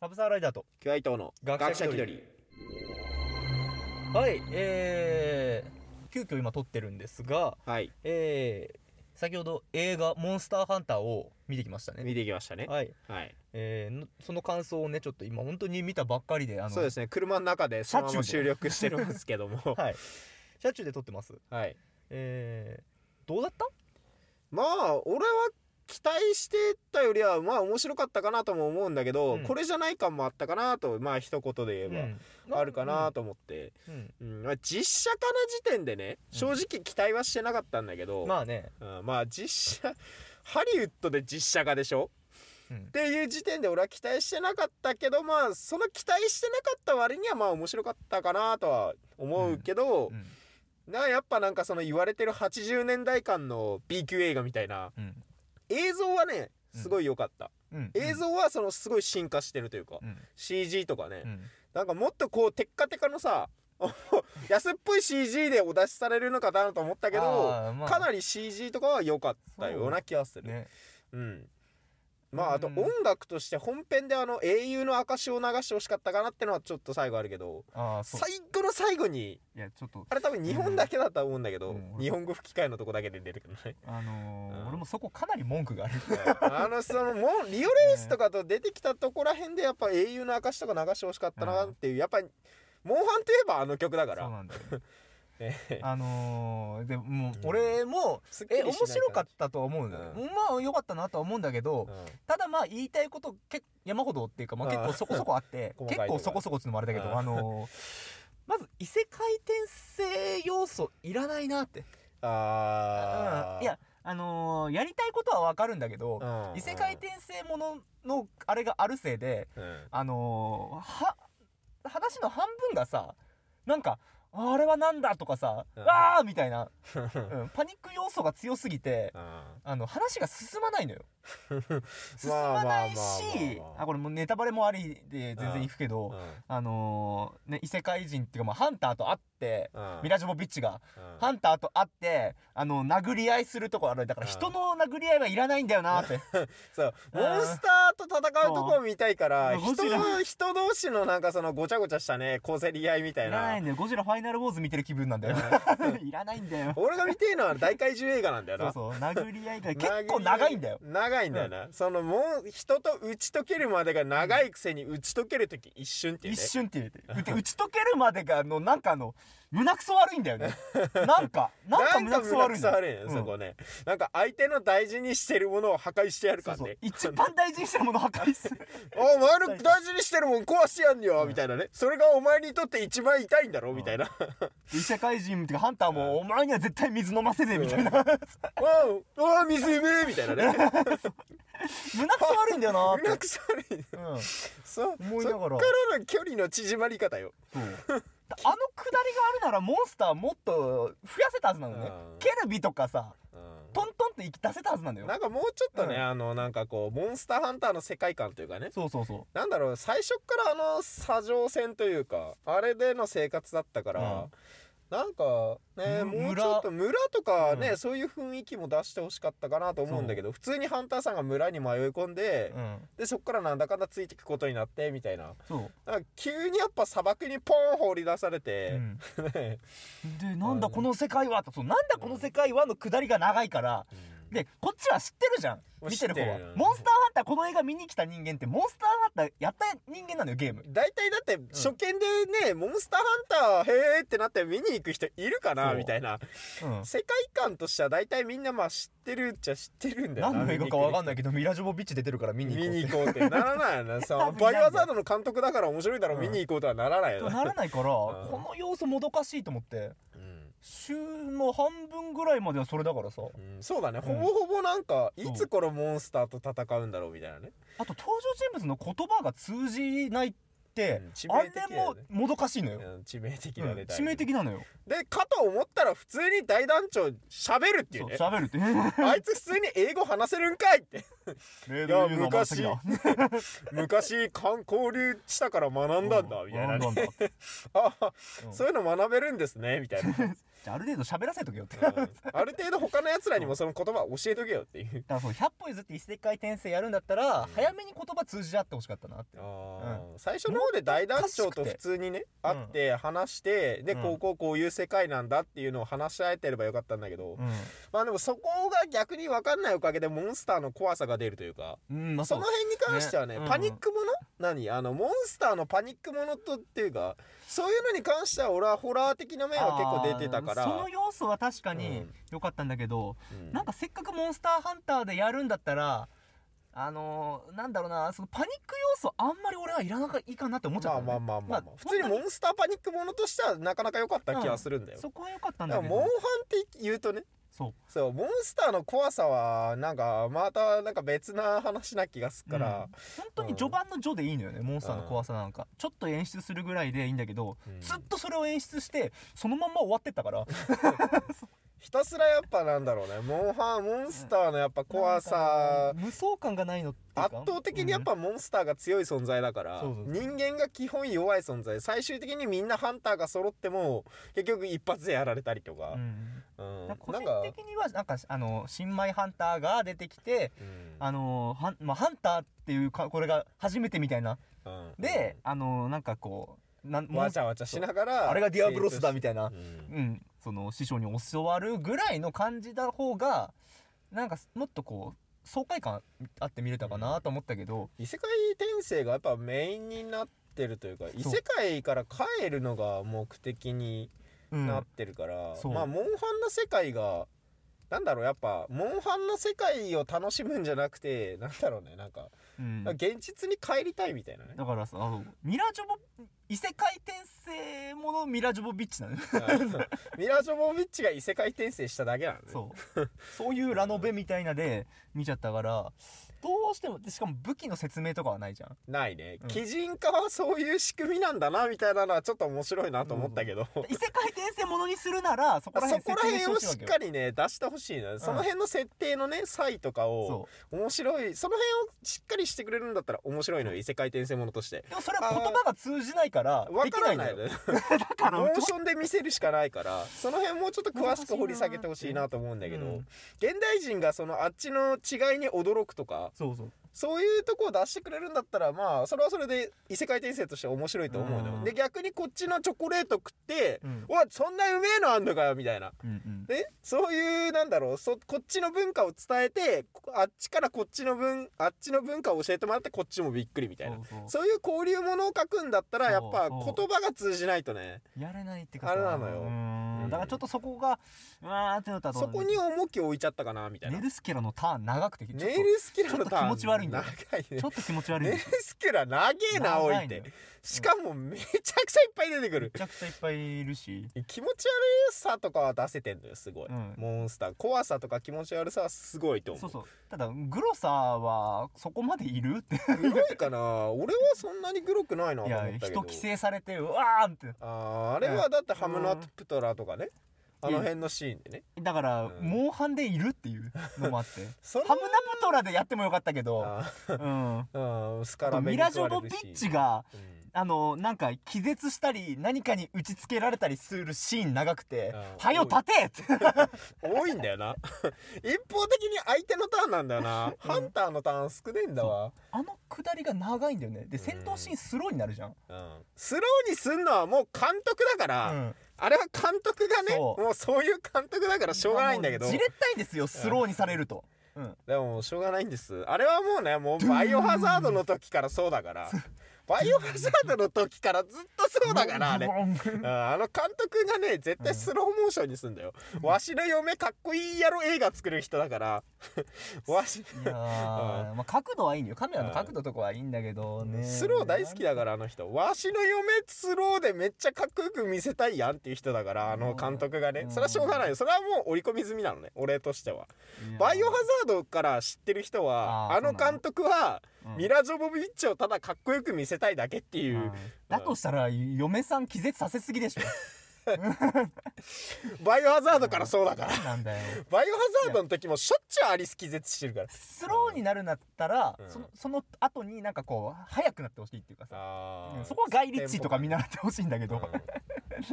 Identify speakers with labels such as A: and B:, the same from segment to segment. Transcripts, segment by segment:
A: サブサーライダーと。
B: キュアイトーの
A: 学者気取
B: り。
A: はい、えー、急遽今撮ってるんですが、
B: はい。
A: えー、先ほど映画モンスターハンターを見てきましたね。
B: 見てきましたね。
A: はい。
B: はい。
A: えーのその感想をね、ちょっと今本当に見たばっかりで、あの、
B: そうですね。車の中でそのまま
A: 車中
B: 収
A: で
B: 録してるんですけ ども。
A: はい。車中で撮ってます。
B: はい。
A: えー、どうだった
B: まあ、俺は期待してたよりは、まあ面白かったかなとも思うんだけど、
A: うん
B: これじゃない感もあったかなと、まあ一言で言えば、あるかな、と思って。
A: うんうん
B: うんまあ、実写化の時点でね、
A: うん
B: 正直期待はしてなかったんだけど、
A: まあね、
B: うんまあ実写、ハリウッドで実写化でしょ
A: うん
B: っ、ていう時点で俺は期待してなかったけどまあその期待してなかった割にはまあ面白かったかなとは思うけど、
A: うん
B: なやっぱなんかその言われてる80年代間の B 級映画みたいな
A: うん
B: 映像はね
A: うん
B: すごい良かった、
A: うん、
B: 映像はそのすごい進化してるというか、
A: うん、
B: CG とかね、
A: うん、
B: なんかもっとこうテッカテカのさ 安っぽい CG でお出しされるのかなと思ったけど、
A: あーまあ
B: かなり CG とかは良かったような気がする。
A: ね、
B: うんまああと
A: うん
B: 音楽として本編であの英雄の証を流してほしかったかなってのはちょっと最後あるけど
A: ああ、そう。
B: 最後の最後に
A: いや、ちょっと、
B: あれ多分日本だけだと思うんだけど、
A: うん
B: 日本語吹き替えのとこだけで出てくる ね
A: あのー
B: うん
A: 俺もそこかなり文句がある。
B: あのそのもうリオレースとかと出てきたとこら辺でやっぱ英雄の証とか流してほしかったなっていうやっぱりモンハンといえばあの曲だか
A: そう
B: ら
A: なんだよ、ね。
B: ええ
A: あのー、でもう
B: うん
A: 俺も、
B: すっきり
A: え、
B: しない
A: 面白かったとは思うのよ。
B: う
A: まあ、良かったなとは思うんだけど、
B: うん
A: ただまあ、言いたいこと、結山ほどっていうか、まあ
B: あ
A: 結
B: ー
A: 構そこそこあって、
B: 細か
A: 結
B: いとこ
A: 構そこそこっていうのもあれだけど、
B: あー
A: あのー、まず異世界転生要素いらないなって。
B: あ
A: う
B: ー
A: んいや、あのーやりたいことはわかるんだけど、
B: うん
A: 異世界転生もののあれがあるせいで、
B: うん
A: あのーは、話の半分がさ、なんか、ああれはなんだとかさ、
B: うん
A: わーみたいな、 うんパニック要素が強すぎて、
B: うん
A: あの、話が進まない のよ。進
B: まあ
A: ま
B: ま
A: な
B: あまあまあ
A: いし、あ、これもうネタバレもありで全然いくけど、
B: うん
A: あのーね、異世界人っていうか、まあ、ハンターと会って、
B: うん
A: ミラジョボビッチが、
B: うん
A: ハンターと会って、あの、殴り合いするとこある。だから
B: うん
A: 人の殴り合いはいらないんだよなって。
B: そう、
A: うん
B: モンスターと戦うとこを見たいから、
A: うん
B: 人の、人同士のなんかそのごちゃごちゃしたね、小競り合いみた
A: い
B: い
A: らな
B: な。
A: いんだよ。ゴジラファイナルウォーズ見てる気分なんだよ。 いらないんだよ。
B: 俺が見てえのは大怪獣映画なんだよ
A: そう
B: な。
A: そう。殴り合いが
B: 殴り合
A: 結構長いんだよ。
B: 長いんだよな。そのもう、人と打ち解けるまでが長いくせに打ち解けるとき一瞬っていう
A: 一
B: ね。
A: 瞬って言うて。打て打ち解けるまでが、あの、なんかあの、胸くそ悪いんだよ ね。なんか、なんか胸くそ悪いんだ
B: なんか胸
A: よ。
B: くそ悪いねそこね。なんか相手の大事にしてるものを破壊してやる
A: そ
B: か
A: う
B: ら
A: そう
B: ね。
A: 一番大事にしてるものを破壊 する。
B: お前の大事にしてるもん壊してやんよ、みたいなね。それがお前にとって一番痛いんだろ、みたいな。
A: 異世界人っていうか、ハンターも、お前には絶対水飲ませねえみたいな。胸く
B: わ お、わお、水うめえみたいなね。
A: そ悪いんだよなって
B: 胸。 くそ悪い。
A: うん。
B: そう、
A: 思いながら
B: そっからの距離の縮まり方よ。
A: そうあのくだりがあるならモンスターもっと増やせたはずなのね
B: うん
A: ケルビとかさトントンって生き出せたはずなのよ
B: なんかもうちょっとね、
A: うん
B: あの、なんかこう、モンスターハンターの世界観というかね。
A: そうそうそ
B: なんだろう、最初からあの、砂上戦というか、あれでの生活だったから、
A: うん
B: なんかね、
A: む
B: もうちょっと村とかね、
A: うん
B: そういう雰囲気も出してほしかったかなと思うんだけど、普通にハンターさんが村に迷い込んで
A: う、うん
B: で、そっからなんだかんだついてくことになって、みたいな。
A: そう
B: なんか急にやっぱ砂漠にポン放り出され
A: う
B: て、
A: ん
B: ね
A: でなんだこの世界はとそうなんだこの世界はのくだりが長いからでこっちは知ってるじゃん
B: もう
A: 見てる方
B: 知ってる
A: は
B: よ
A: モンスターハンターこの映画見に来た人間ってモンスターハンターやった人間なのよゲーム
B: 大体だって初見でね、モンスターハンターへーってなって見に行く人いるかな
A: そう
B: みたいな
A: うん
B: 世界観としては大体みんなまあ知ってるっちゃ知ってるんだよな
A: 何の映画かわかん
B: な
A: ないけどミラジョボビッチ出てるから見に行こ
B: 見
A: う
B: に行こうってならないよ なさ
A: 多分いな
B: バ
A: い
B: イオハザードの監督だから面白いだろ、
A: うん
B: 見に行こうとはならない
A: と
B: よ
A: な
B: な、
A: らないから
B: うん
A: この要素もどかしいと思って
B: うん
A: 週の半分ぐらいまではそれだからさ
B: うんそうだね、
A: ん
B: ほぼほぼなんか
A: そう
B: いつこのモンスターと戦うんだろうみたいなね
A: あと登場人物の言葉が通じないって
B: うん致、
A: あ
B: 命
A: れ
B: 的だよね
A: ももどかしいのよ、
B: うん致命的
A: うん
B: なネタ、
A: 致命的なのよ
B: でかと思ったら普通に大団長喋るってい
A: そうう
B: ね
A: 喋るって
B: あいつ普通に英語話せるんかいって
A: レー
B: いや
A: ド言うのは真っ先だ
B: 昔観交流したから学んだんだみたいな、
A: う
B: ね、
A: ん学んだんだ
B: ああ
A: うん
B: そういうの学べるんですねみた いな、うん
A: じゃあある程度喋らせとけよって、だか
B: ある程度他のやつらにもその言葉教えとけよっていう
A: らそう100歩譲って異世界転生やるんだったら、
B: ん
A: 早めに言葉通じ合ってほしかったなって
B: あー最初の方で大団長と普通にね
A: もっ
B: 会
A: と賢
B: っ
A: く
B: て話してで
A: うん
B: こうこうこういう世界なんだっていうのを話し合えてればよかったんだけ
A: う
B: どまあでもそこが逆に分かんないおかげでモンスターの怖さが出るというか
A: ん、うんまあ、そ
B: その
A: う
B: 辺に関してはね
A: ねうん
B: パニックもの何あのモンスターのパニックものとっていうかそういうのに関しては俺はホラー的な面は結構出てたか
A: あ
B: ら
A: ーその要素は確か
B: う
A: に
B: ん
A: 良かったんだけど、
B: うん
A: なんかせっかくモンスターハンターでやるんだったらあのー、なんだろうなそのパニック要素あんまり俺はいらなきゃいいかなって思っちゃっ
B: ま
A: た
B: あ
A: のね、
B: まあまあまあま
A: ま
B: あ
A: あ
B: 普通にモンスターパニックものとしてはなかなか良かった気がするんだよ
A: そこは良かったん
B: だ
A: だ
B: から
A: け
B: モン
A: ど
B: ハンって言うとね
A: そう
B: そうモンスターの怖さはなんかまたなんか別な話な気がするから、
A: 本当に序盤の序でいいのよね、モンスターの怖さなんか、ちょっと演出するぐらいでいいんだけど、
B: うん
A: ずっとそれを演出してそのまんま終わってったから
B: ひたすらやっぱなんだろうねモンハンモンスターのやっぱ怖さ
A: 無双感がないのっていうか
B: 圧倒的にやっぱモンスターが強い存在だから、
A: そうそうそう
B: 人間が基本弱い存在最終的にみんなハンターが揃っても結局一発でやられたりとか
A: う、ん
B: うん
A: なんか個
B: な
A: 人
B: んか、
A: 的にはなんかあの新米ハンターが出てきて
B: うん
A: あのはんまあ、ハンターっていうかこれが初めてみたいな
B: うん
A: で、あのなんかこうなん
B: うん
A: モン
B: わ
A: ス
B: ちゃわちゃしながら
A: あれがディアブロスだみたいな
B: う、ん
A: うん、その師匠に教わるぐらいの感じた方がなんかもっとこう爽快感あって見れたかなと思ったけど、
B: 異世界転生がやっぱメインになってるというか異世界から帰るのが目的に
A: うん
B: なってるから、
A: そう
B: まあモンハンの世界がなんだろうやっぱモンハンの世界を楽しむんじゃなくてなんだろうねなんか、
A: うんだ
B: 現実に帰りたいみたい なね
A: からさあのミラジョボ異世界転生ものミラジョボビッチなのよ
B: ミラ・ジョボビッチが異世界転生しただけなのね
A: そうそういうラノベみたいなで見ちゃったからどうしてもでしかも武器の説明とかはないじゃん
B: ないね、
A: うん
B: 鬼人化はそういう仕組みなんだなみたいなのはちょっと面白いなと思ったけど、
A: 異世界転生ものにするならそこら
B: そ
A: 辺
B: こ
A: 説
B: ら
A: 明して
B: 辺を
A: ほしい
B: し
A: わ
B: っ
A: けよ
B: かりね出してほしいな、その辺の設定のね差異とかを
A: そ
B: 面白いその辺をしっかりしてくれるんだったら面白いのよ異世界転生ものとして
A: うでもそれは言葉が通じないから
B: わ
A: で
B: か
A: きな
B: ら
A: いの
B: ない
A: よ
B: のよ
A: だから
B: モーションで見せるしかないからその辺もうちょっと詳しく掘り下げてほしいなと思うんだけど、
A: うん
B: 現代人がそのあっちの違いに驚くとか
A: そうそう
B: そういうとこを出してくれるんだったらまあそれはそれで異世界転生として面白いと思うのよ、
A: うん
B: で逆にこっちのチョコレート食って
A: うん
B: 「うわそんなうめえのあんのかよ」みたいな
A: うんうん
B: でそういうなんだろうそこっちの文化を伝えてこあっちからこっちの文あっちの文化を教えてもらってこっちもびっくりみたいな
A: そうそう
B: そういう交流ものを書くんだったらやっ
A: そ
B: ぱ
A: うそう
B: 言葉が通じないとね
A: やれないってかさ
B: あれなのよ
A: う
B: う
A: ー
B: ん
A: んだからちょっとそこがうわーってなったと
B: そこに重きを置いちゃったかなみたいな
A: ネ。ルスケラのターン長くてちょっと
B: ネイルスキラのター
A: ちょっ
B: ン
A: と気持ち悪いんだよ
B: 長い ね
A: ちょっと気持ち悪い
B: ネ
A: ん
B: イ
A: で
B: ル
A: すよ
B: スキラ長えなおいっ
A: 長
B: て
A: のよ
B: しかもめちゃくちゃいっぱい出てくる
A: めちゃくちゃいっぱいいるし
B: 気持ち悪さとかは出せてんのよすごい、
A: うん
B: モンスター怖さとか気持ち悪さはすごいと思
A: そう
B: う
A: そうただグロさはそこまでいるって
B: グロいかな俺はそんなにグロくないなと
A: い
B: 思った
A: や
B: けど
A: 人規制されてうわーって
B: あーあれはだってハムナプトラとかねあの辺のシーンでね
A: だから、
B: うん
A: モンハンでいるっていうのもあって
B: それ
A: ハムナプトラでやってもよかったけど、
B: あ
A: うん、
B: ーうんスカ
A: あ
B: ラ
A: と
B: メ
A: ミ
B: に
A: ラジ
B: 食
A: ョ
B: われ
A: ボ
B: る
A: ピ
B: し
A: ッチが
B: うん
A: あのなんか気絶したり何かに打ちつけられたりするシーン長くて
B: あ
A: 「はよ立て!」って
B: 多いんだよな一方的に相手のターンなんだよな、ハンターのターン少ねえんだわ、
A: あの下りが長いんだよねで戦闘シーンスローになるじゃん、
B: うん、スローにすんのはもう監督だから、
A: うん
B: あれは監督がね
A: そう
B: もうそういう監督だからしょうがないんだけど
A: もうじれったいんですよスローにされると、うん、
B: でももうしょうがないんですあれはもうねもうバイオハザードの時からそうだからバイオハザードの時からずっとそうだからあれ うんあの監督がね絶対スローモーションにすんだよ、わしの嫁かっこいいやろ映画作る人だからわし
A: いやー、まあ、角度はいいんだよカメラの角度とかはいいんだけどね
B: スロー大好きだかららあの人わしの嫁スローでめっちゃかっこよく見せたいやんっていう人だからあの監督がね
A: うん
B: それはしょうがないよそれはもう織り込み済みなのね俺としてはバイオハザードから知ってる人は
A: あー
B: あの監督は
A: うん
B: ミラ・ジョボビッチをただかっこよく見せたいだけっていう、
A: うんだとしたら嫁さん気絶させすぎでしょ
B: バイオハザードからそうだから、
A: なんだ よ
B: バイオハザードの時もしょっちゅうアリス気絶してるから
A: スローになるんだったら、
B: うん
A: そのその後になんかこう早くなってほしいっていうかさ、
B: あ
A: う
B: ー
A: んそこはガイ・リッチーとか見習ってほしいんだけ
B: う
A: ど、
B: ん
A: い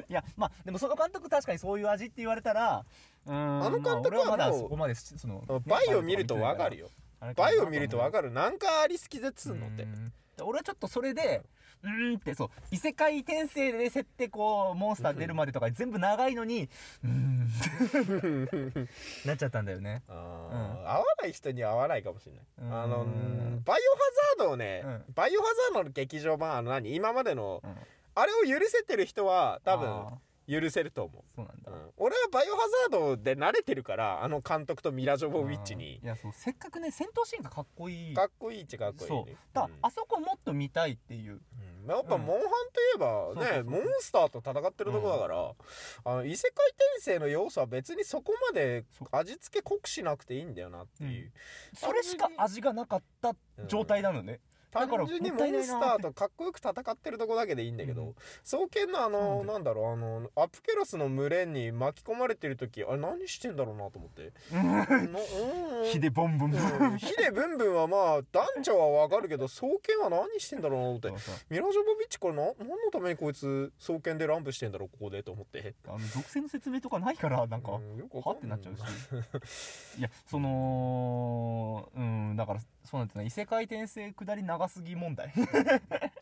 A: やまあでもその監督確かにそういう味って言われたらうーん
B: あの監督は
A: まあ俺まだ
B: もう
A: そこまでしその
B: バイオ見るとわかる
A: よ
B: よバイオ見るとわかるなんかアリス気絶す
A: うん
B: のって
A: ん俺はちょっとそれでうーんってそう異世界転生で設定こうモンスター出るまでとか全部長いのにうーんっ てなっちゃったんだよね
B: あ
A: う
B: ー合わない人には合わないかもしれない。
A: うん
B: あのうんバイオハザードをね、
A: うん
B: バイオハザードの劇場版あの何今までの
A: うん
B: あれを許せてる人は多
A: あー
B: 分許せると思
A: そうなん
B: う、
A: だ、
B: うん俺はバイオハザードで慣れてるからあの監督とミラ・ジョボウィッチに
A: いやそうせっかくね戦闘シーンがかっこいい
B: かっこいいっちゃかっこいい、
A: そう
B: ね、
A: だから、
B: うん
A: あそこもっと見たいっていう
B: うんやっぱモンハンといえばね、
A: うんそうそうそう
B: モンスターと戦ってるとこだから、あの異世界転生の要素は別にそこまで味付け濃くしなくていいんだよなっていう、
A: うんそれしか味がなかった状態なのね、
B: 単
A: だから
B: 純にモンスターとかっこよく戦ってるとこだけでいいんだけど、
A: うん
B: 双剣のあの
A: な
B: なんだろうあのアプケロスの群れに巻き込まれてる時あれ何してんだろうなと 思ってのうん
A: 火でボンボンボン、
B: うんヒデブンブンはまあ男女はわかるけど双剣は何してんだろうなと思って
A: そうそう
B: ミラジョボビッチこれな何のためにこいつ双剣で乱舞してんだろうここでと思って
A: あの属性の説明とかないからなんか、
B: うんよくわ
A: は
B: かん
A: ってなっちゃうしいやそのうんだからそうなんていうの異世界転生下り長すぎ問題、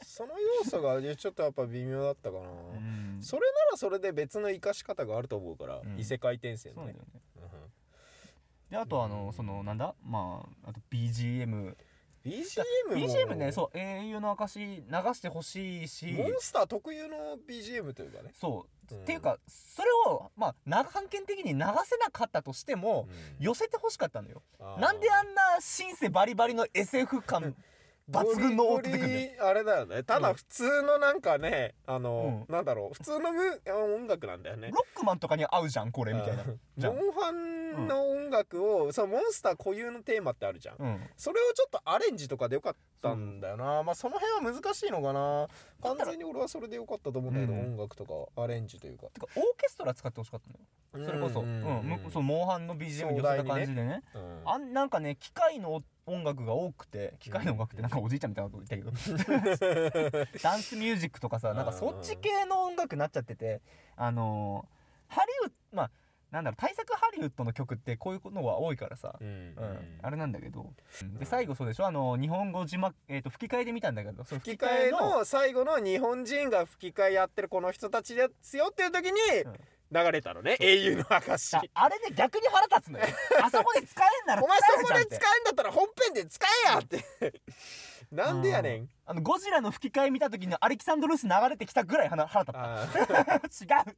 B: その要素がちょっとやっぱ微妙だったかな、
A: うん、そ
B: それならそれで別の生かし方があると思うか
A: う
B: ら、
A: ん
B: 異世界転生
A: うな
B: の
A: んだ
B: ね
A: よね
B: うん
A: であとあのそのなんだまああと BGM
B: BGM も
A: BGM ねそう英雄の証流してほしいし
B: モンスター特有の BGM というかね、
A: そう、
B: うん
A: っていうかそれをまあな半券的に流せなかったとしても、寄せてほしかったのよ
B: あー
A: なんであんなシンセバリバリの SF 感抜群の音出てくる
B: ゴ
A: んだ
B: リ
A: よ
B: ゴリあれだよねた
A: う
B: だ
A: ん
B: 普通のなんかねあの、
A: う
B: なんだろう普通のむあ音楽なんだよね
A: ロックマンとかに合うじゃんこれみたいな
B: うん
A: じゃん
B: モンハンの音楽を、そのモンスター固有のテーマってあるじゃん、
A: うん
B: それをちょっとアレンジとかでよかったんだよな、まあその辺は難しいのかな
A: だったら
B: 完全に俺はそれでよかったと思うんだけど、
A: うん
B: 音楽とかアレンジというか
A: てかオーケストラ使ってほしかったのよそれこそ、うんむそのモンハンの BGM 寄せた感じでね
B: うん
A: あんなんかね機械の音楽が多くて機械の音楽ってなんかおじいちゃんみたいなこと言ったけど ダンスミュージックとかさなんかそっち系の音楽になっちゃっててあのーハリウッドまあなんだろう対策ハリウッドの曲ってこういうのは多いからさ、
B: うん
A: うん、あれなんだけど、で最後そうでしょあの日本語字幕、えー、と吹き替えで見たんだけどその
B: 吹き替えの最後の日本人が吹き替えやってるこの人たちですよっていう時に
A: うん
B: 流れたのね、英雄の証
A: ああれで逆に腹立つの よあそこで使えんなら
B: お前
A: 使える
B: そこ
A: じゃん
B: で
A: っ
B: 使
A: て
B: えんだったら本編で使えやってなんでやねん
A: あのゴジラの吹き替え見た時にアレキサンドロス流れてきたぐらい腹腹立っ
B: あー
A: た違う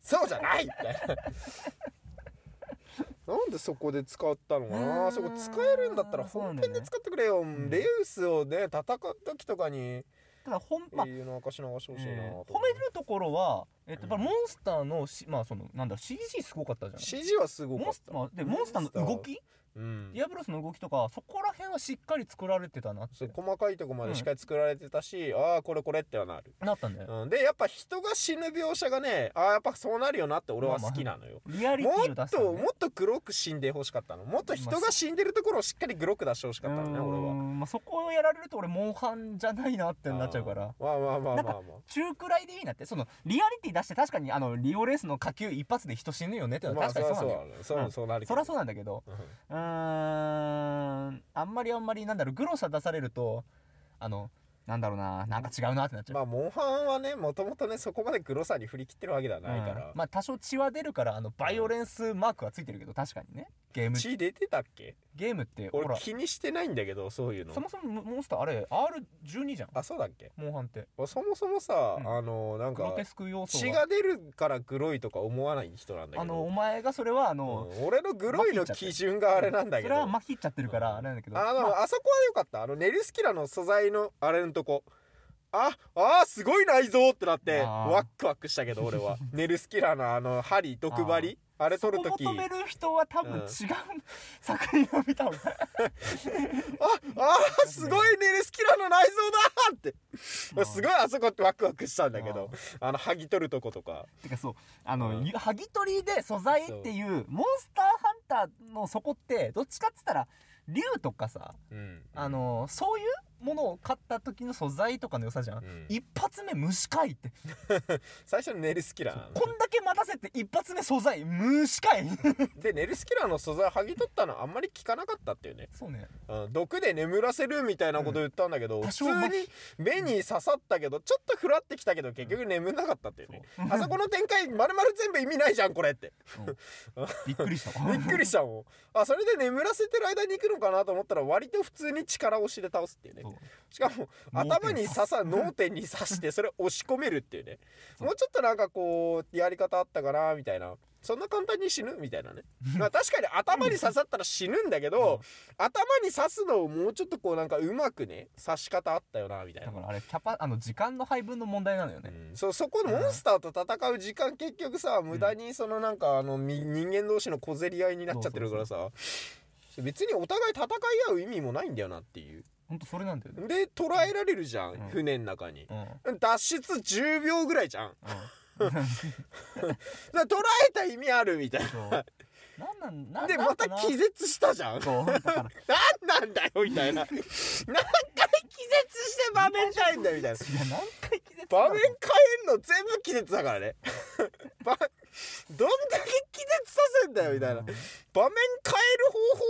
B: そうじゃないみたいななんでそこで使ったのか
A: うー
B: なんそこ使えるんだったら本編で使ってくれよ、
A: ん
B: レウスをね戦う時とかに
A: ただほん、まあ
B: 英雄の証流してほしいな
A: え
B: と思う
A: ー褒めるところは、えっと
B: うん
A: やっぱりモンスターのし、まあ、そのなんだ CG すごかったじゃん
B: CG はすごか
A: モン
B: っ
A: ス
B: た
A: まあでモンスターの動き
B: うん
A: ディアブロスの動きとかそこら辺はしっかり作られてたなっ
B: そう
A: て
B: 細かいとこまでしっかり作られてたし、ああこれこれってはなる、
A: なったんだよ、
B: うん、でやっぱ人が死ぬ描写がねああやっぱそうなるよなって俺は好きなのよ、
A: リアリティを
B: も
A: 出
B: っ
A: したんだ
B: と
A: よ
B: もっと黒く死んでほしかったのもっと人が死んでるところをしっかり黒く出してほしかったのね俺
A: うー
B: は
A: んまあ、そこをやられると俺モンハンじゃないなってなっちゃうから
B: まあまあまあまあまあ
A: 中くらいでいいなってそのリアリティ出して確かにあのリオレースの火球一発で人死ぬよねっての
B: ま
A: は
B: あ
A: 確かにそうなんだよ、
B: そううんそうなる
A: そ
B: け
A: り
B: ど
A: ゃそうなんだけど
B: うん
A: うーんあんまりあんまりなんだろうグロさ出されるとあのなんだろうななんか違うなってなっちゃう、
B: まあモンハンはねもともとねそこまで黒さに振り切ってるわけではないか
A: う
B: ら
A: ん、まあ多少血は出るからあのバイオレンスマークはついてるけど確かにねゲーム
B: 血出てたっけ
A: ゲームってほ
B: 俺
A: ら
B: 気にしてないんだけどそういうの
A: そもそもモンスターあれ R12 じゃん
B: あそうだっけ
A: モンハンって
B: 俺そもそもさ、
A: うん
B: あのなん
A: グ
B: か
A: ロテスク要素
B: 血
A: は
B: が出るからグロいとか思わない人なんだ
A: あ
B: け
A: のお
B: ど、
A: 前がそれはあ
B: う
A: の、
B: ん俺のグロいの基準があれなんだけ
A: それ
B: ど、
A: はまひっちゃってるからあれなんだけど、
B: あの、
A: まあ
B: あそこは良かったあのネルスキラの素材のあれのとこああーすごい内臓ってなって
A: あー
B: ワックワクしたけど 俺はネルスキラーのあの針毒針あれ
A: そ
B: 取
A: こ
B: るとき
A: 求める人は多分違
B: う
A: うん作品を見た方が
B: ああーすごいネルスキラーの内臓だーって
A: あー
B: すごいあそこってワクワクしたんだけどあの剥ぎ取るとことか
A: てかそうあの、
B: うん
A: ゆ剥ぎ取りで素材っていうモンスターハンターの底ってどっちかっつったら竜とかさ
B: うん
A: あのそういうものを買った時の素材とかの良さじゃん、
B: うん
A: 一発目虫かいって
B: 最初のネルスキラーなの
A: こんだけ待たせて一発目素材虫かい
B: でネルスキラーの素材剥ぎ取ったのあんまり効かなかったっていうね
A: そうね
B: うん毒で眠らせるみたいなこと言ったんだけ
A: う
B: ど、
A: ん
B: 普
A: 多
B: 通
A: 少
B: に
A: 麻痺
B: 目に刺さったけどちょっとふらってきたけど結局眠んなかったっていうね、
A: そう
B: あそこの展開まるまる全部意味ないじゃんこれって
A: びっくりした
B: びっくりしたもんあそれで眠らせてる間に行くのかなと思ったら割と普通に力押しで倒すっていうね
A: そう
B: しかも頭に刺さ脳天に刺してそれ押し込めるっていうねもうちょっとなんかこうやり方あったかなみたいなそんな簡単に死ぬみたいな ねまあ確かに頭に刺さったら死ぬんだけど頭に刺すのをもうちょっとこうなんかうまくね刺し方あったよなみ たい
A: だ
B: な
A: か。らあれキャパあの時間の配分の問題なのよね、
B: うんそうそこのモンスターと戦う時間結局さ無駄にそのなんかあのみ人間同士の小競り合いになっちゃってるからさ別にお互い戦い合う意味もないんだよなっていう
A: ほんとそれなんだよね
B: で捉えられるじゃん、
A: うん
B: 船の中に
A: うんうん
B: 脱出10秒ぐらいじゃんだ から捉えた意味あるみたい
A: そうなんなんな
B: なんで
A: なん
B: ま
A: か
B: た
A: な
B: 気絶したじゃん
A: そうだ から
B: 何なんだよみたいな何回気絶して場面変えんだよみたいない
A: や何回気絶したの
B: 場面変えんの全部気絶だか らねばどんだけ気絶させんだよみたいな
A: うん
B: 場面変える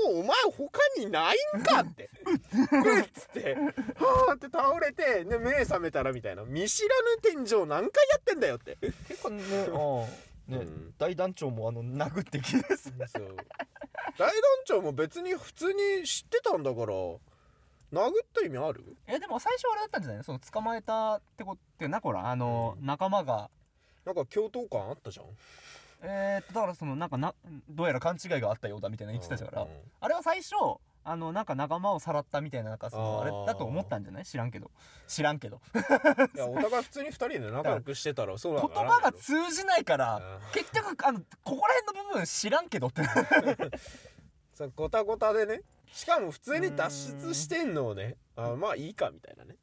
B: 方法お前他にないんかって うっつってはあって倒れてで目覚めたらみたいな見知らぬ天井何回やってんだよって
A: 結構ねあーね、
B: うん
A: 大団長もあの殴ってきです
B: そう大団長も別に普通に知ってたんだから殴った意味ある
A: えでも最初はあれだったんじゃないその捕まえたってことってなこらあの、
B: う
A: 仲間が
B: なんか共闘感あったじゃん
A: えー、っとだからそのなんかなどうやら勘違いがあったようだみたいな言ってたから、
B: うん
A: あれは最初あのなんか仲間をさらったみたいななんかそのあ
B: あー
A: れだと思ったんじゃない知らんけど知らんけど
B: いやお互い普通に2人で仲良くしてたらそう
A: 言
B: なんだ
A: 葉が通じないから
B: が
A: 結局あのここら辺の部分知らんけどって
B: そうごたごたでねしかも普通に脱出してんのをねあまあいいかみたいなね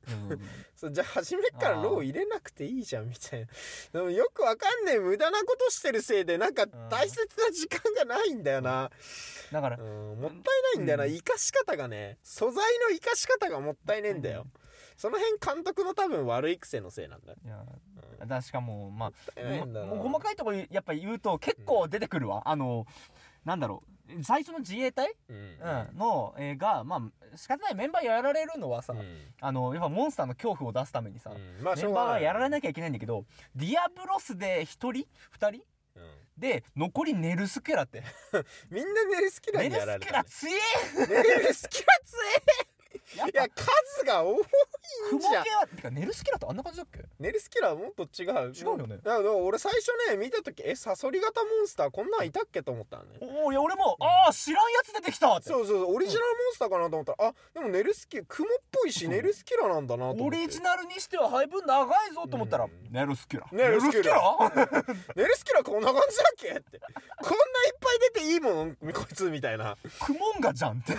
B: そうじゃあ初めっからロー入れなくていいじゃんみたいなでもよくわかんねえ無駄なことしてるせいでなんか大切な時間がないんだよな
A: だから
B: うんもったいないんだよな
A: うん
B: 生かし方がね素材の生かし方がもったいねえんだよその辺監督の多分悪い癖のせいなんだ
A: いやだからしかもまあ
B: うん
A: ももう細かいところやっぱ言うと結構出てくるわ、あのなんだろう最初の自衛隊、
B: うん
A: うん、の、えーがまあ仕方ないメンバーやられるのはさ、
B: うん
A: あのやっぱモンスターの恐怖を出すためにさ、
B: うんまあ
A: メ
B: しょ
A: ン
B: う
A: バー
B: がな
A: はいやられなきゃいけないんだけどディアブロスで1人2人
B: うん
A: で残りネルスケラ って
B: みんなネルスキラ
A: ネ
B: に
A: ル
B: やら
A: ス
B: れ
A: ケ
B: た
A: ラ
B: ね
A: 強え
B: ネルスキラ強え
A: やっ
B: いや
A: ぱ
B: 数が多い
A: 雲
B: んじ
A: 系
B: ゃ
A: はてかネルスケラってあんな感じだっけ
B: ネルスキラーもっと違う
A: 違うよね
B: だから俺最初ね見た時えサソリ型モンスターこんなんいたっけと思ったのね
A: おおいや俺も、ああ知らんやつ出てきたって
B: そうそうそうオリジナルモンスターかなと思ったら、あでもネルスキ雲っぽい
A: そ
B: し
A: う
B: ネルスキラーなんだなと思
A: オ
B: って
A: リジナルにしては配分長いぞと思ったら、
B: うん
A: ネルスケラ
B: ネルス
A: ネルス
B: ケラ
A: ケラ
B: ネルスキラーこんな感じだっけってこんないっぱい出ていいもんこいつみたいな
A: クモンガじゃんって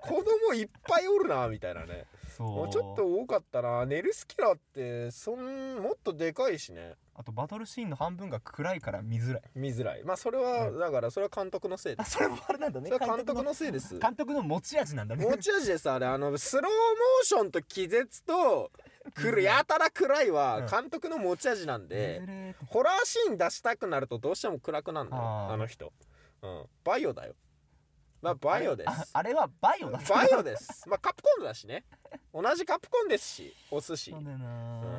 B: 子供いっぱいおるなみたいなね
A: そう
B: もうちょっと多かったなネルスキラーってそんもっとでかいしね
A: あとバトルシーンの半分が暗いから見づらい
B: 見づらいまあそれは、
A: うん
B: だからそれは監督のせいで
A: あ
B: す
A: それもあれなんだ
B: そ
A: ね
B: れは監督のせいです
A: 監督の持ち味なんだね
B: 持ち味でさあれあのスローモーションと気絶とく
A: う
B: る
A: ん
B: やたら暗いうは
A: ん
B: 監督の持ち味なんで
A: ね、ね
B: ホラーシーン出したくなるとどうしても暗くなるのよ
A: あ
B: あ
A: ー
B: の人、うん、バイオだよまあバイオで
A: あ
B: す
A: あれはバイオだった
B: バイオですまあカプコンだしね同じカプコンですしお寿司
A: そうだよな、
B: う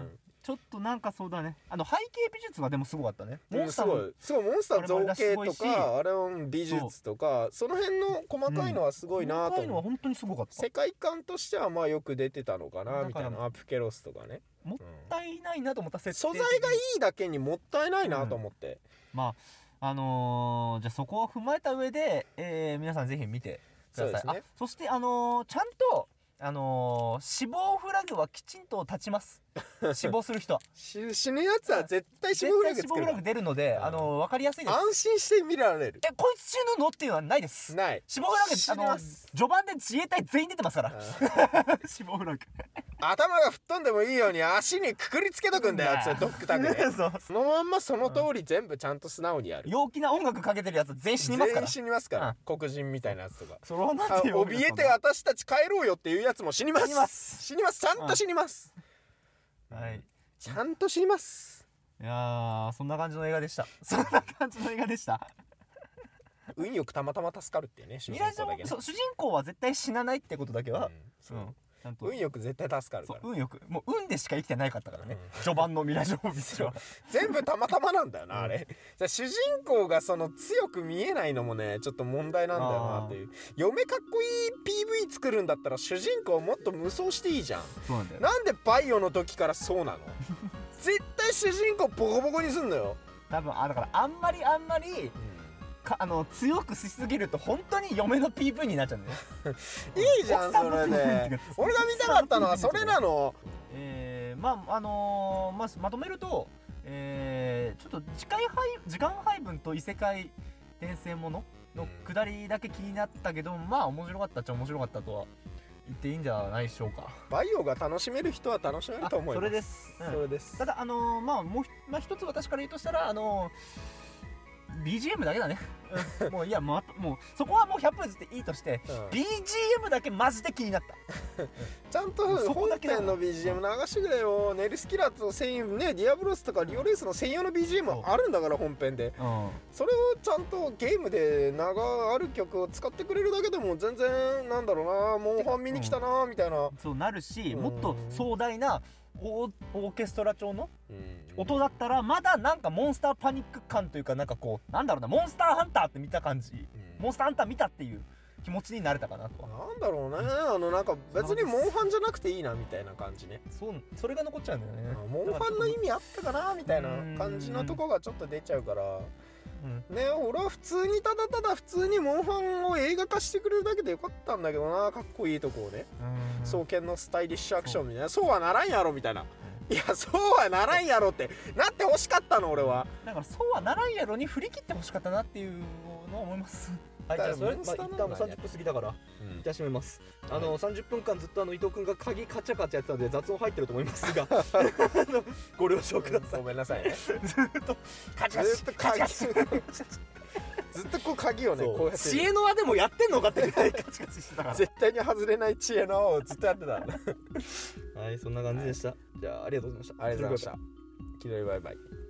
B: ん
A: ちょっとなんかそうだねあの背景美術がでもすごかったねモ
B: モ
A: ン
B: ン
A: ス
B: ス
A: タ
B: タ
A: ー
B: ー
A: の
B: もすごいモンスター造形とかあれは美術とかその辺の細かいのはすごいな
A: 細
B: と
A: かいの
B: 思
A: は
B: う
A: 本当にすごかったも
B: 世界観としてはまあよく出てたのかなみたい
A: だか
B: なアプケロスとかね
A: も
B: うん
A: ったいないなと思った設定
B: 素材がいいだけにもったいないなと思って、
A: まああのーじゃあそこを踏まえた上で、えー皆さんぜひ見てください
B: そうですね
A: あそしてあのーちゃんとあのー死亡フラグはきちんと立ちます 死亡する人は
B: し死ぬやつは絶対死亡フラグ
A: 絶対死亡
B: つけ
A: フ
B: る
A: ラグ出るので、
B: うん
A: あのーわかりやすいです
B: 安心して見られる
A: えこいつ死ぬのっていうのはないです
B: ない
A: 死亡フラグ
B: 死に
A: あの
B: ま
A: ー
B: す
A: 序盤で自衛隊全員出てますから
B: うん
A: 死亡フラグ
B: 頭が吹っ飛んでもいいように足にくくりつけとくんだよつってドッグタグで
A: そう
B: そのまんまその通り全部ちゃんと素直にやる
A: 陽気な音楽かけてるやつ全員死にますから
B: 全員死にますから黒人みたいなやつとか
A: それはなん
B: あ
A: ていう
B: 怯えて私たち帰ろうよっていうやつも死にます
A: 死にます
B: 死にますちゃんと死にます
A: はい
B: ちゃんと死にます
A: いやーそんな感じの映画で したそんな感じの映画でした
B: 運よくたまたま助かるっていうね 主
A: ミ
B: 人
A: ラジ
B: 公
A: オ
B: だけね
A: そう主人公は絶対死なないってことだけは、
B: うん
A: う
B: そ
A: ん
B: う
A: ちゃんと
B: 運よく絶対助かる
A: そ
B: か
A: う
B: ら
A: 運よくもう運でしか生きてないかったからね、
B: うん
A: 序盤のミラジオビッチ は
B: 全部たまたまなんだよ な
A: うん
B: あれじゃあ主人公がその強く見えないのもねちょっと問題なんだよなっていう嫁かっこいい PV 作るんだったら主人公もっと無双していいじゃん
A: そうなんだよ
B: なんでバイオの時からそう なの絶対主人公ボコボコにすんのよ、
A: 多分あだからあんまりあんまりかあの強くしすぎると本当に嫁の PV になっちゃうんだよね
B: いいじゃん
A: 奥さ
B: そ
A: んの
B: れ
A: 部分
B: で
A: って
B: 俺が見たかったのはそれなの
A: えー、まああのーまあまとめるとえー、ちょっと時間配時間配分と異世界転生ものの下りだけ気になったけど、まあ面白かったっちゃ面白かったとは言っていいんじゃないでしょうか
B: バイオが楽しめる人は楽しめると思い
A: そ
B: ます
A: れです、うん
B: それです
A: ただあのーまあもうひ、まあ、一つ私から言うとしたらあのー BGM だけだ ねうんもういや、ま、もうそこはもう100分ずっていいとして
B: うん
A: BGM だけマジで気になった
B: ちゃんと
A: そこ
B: 本
A: だけだ
B: 編の BGM 流してくれよネルスキラーと専用ねディアブロスとかリオレースの専用の BGM あるんだから本編でそれをちゃんとゲームで流ある曲を使ってくれるだけでも全然なんだろうなモンハン見に来たなみたいな、
A: そうなるし
B: うん
A: もっと壮大なオーオーケストラ調の
B: 音
A: 音だったらまだなんかモンスターパニック感というかなんかこうなんだろうなモンスターハンターって見た感じモンスターハンター見たっていう気持ちになれたかなとは
B: なんだろうねあのなんか別にモンハンじゃなくていいなみたいな感じね
A: そうそれが残っちゃうんだよね
B: モンハンの意味あったかなみたいな感じのとこがちょっと出ちゃうから
A: うん
B: ね俺は普通にただただ普通にモンハンを映画化してくれるだけでよかったんだけどなかっこいいとこをね双剣のスタイリッシュアクションみたいなそうはならんやろみたいないやそうはならんやろってなってほしかったの俺は
A: だからそうはならんやろに振り切ってほしかったなっていうのは思います。はい、じゃあそれ、まあ、一旦もう30分過ぎたから、一旦閉めます。あの、30分間ずっとあの伊藤君が鍵カチャカチャやってたんで雑音入ってると思います が、あのご了承ください。
B: ごめんなさいね
A: ずっとカチャカチ
B: ず
A: ャ
B: っ
A: カチャ
B: と鍵
A: カ
B: を
A: チャ
B: ずっとこう鍵をねこうやって
A: 知恵の輪でもやってんのかってぐらいカチカチしてたか
B: 絶対に外れない知恵の輪をずっとやってたあり
A: ら。はい、そんな感じでした。じゃあありがとうございました。
B: がとうございました。気取りバイバイ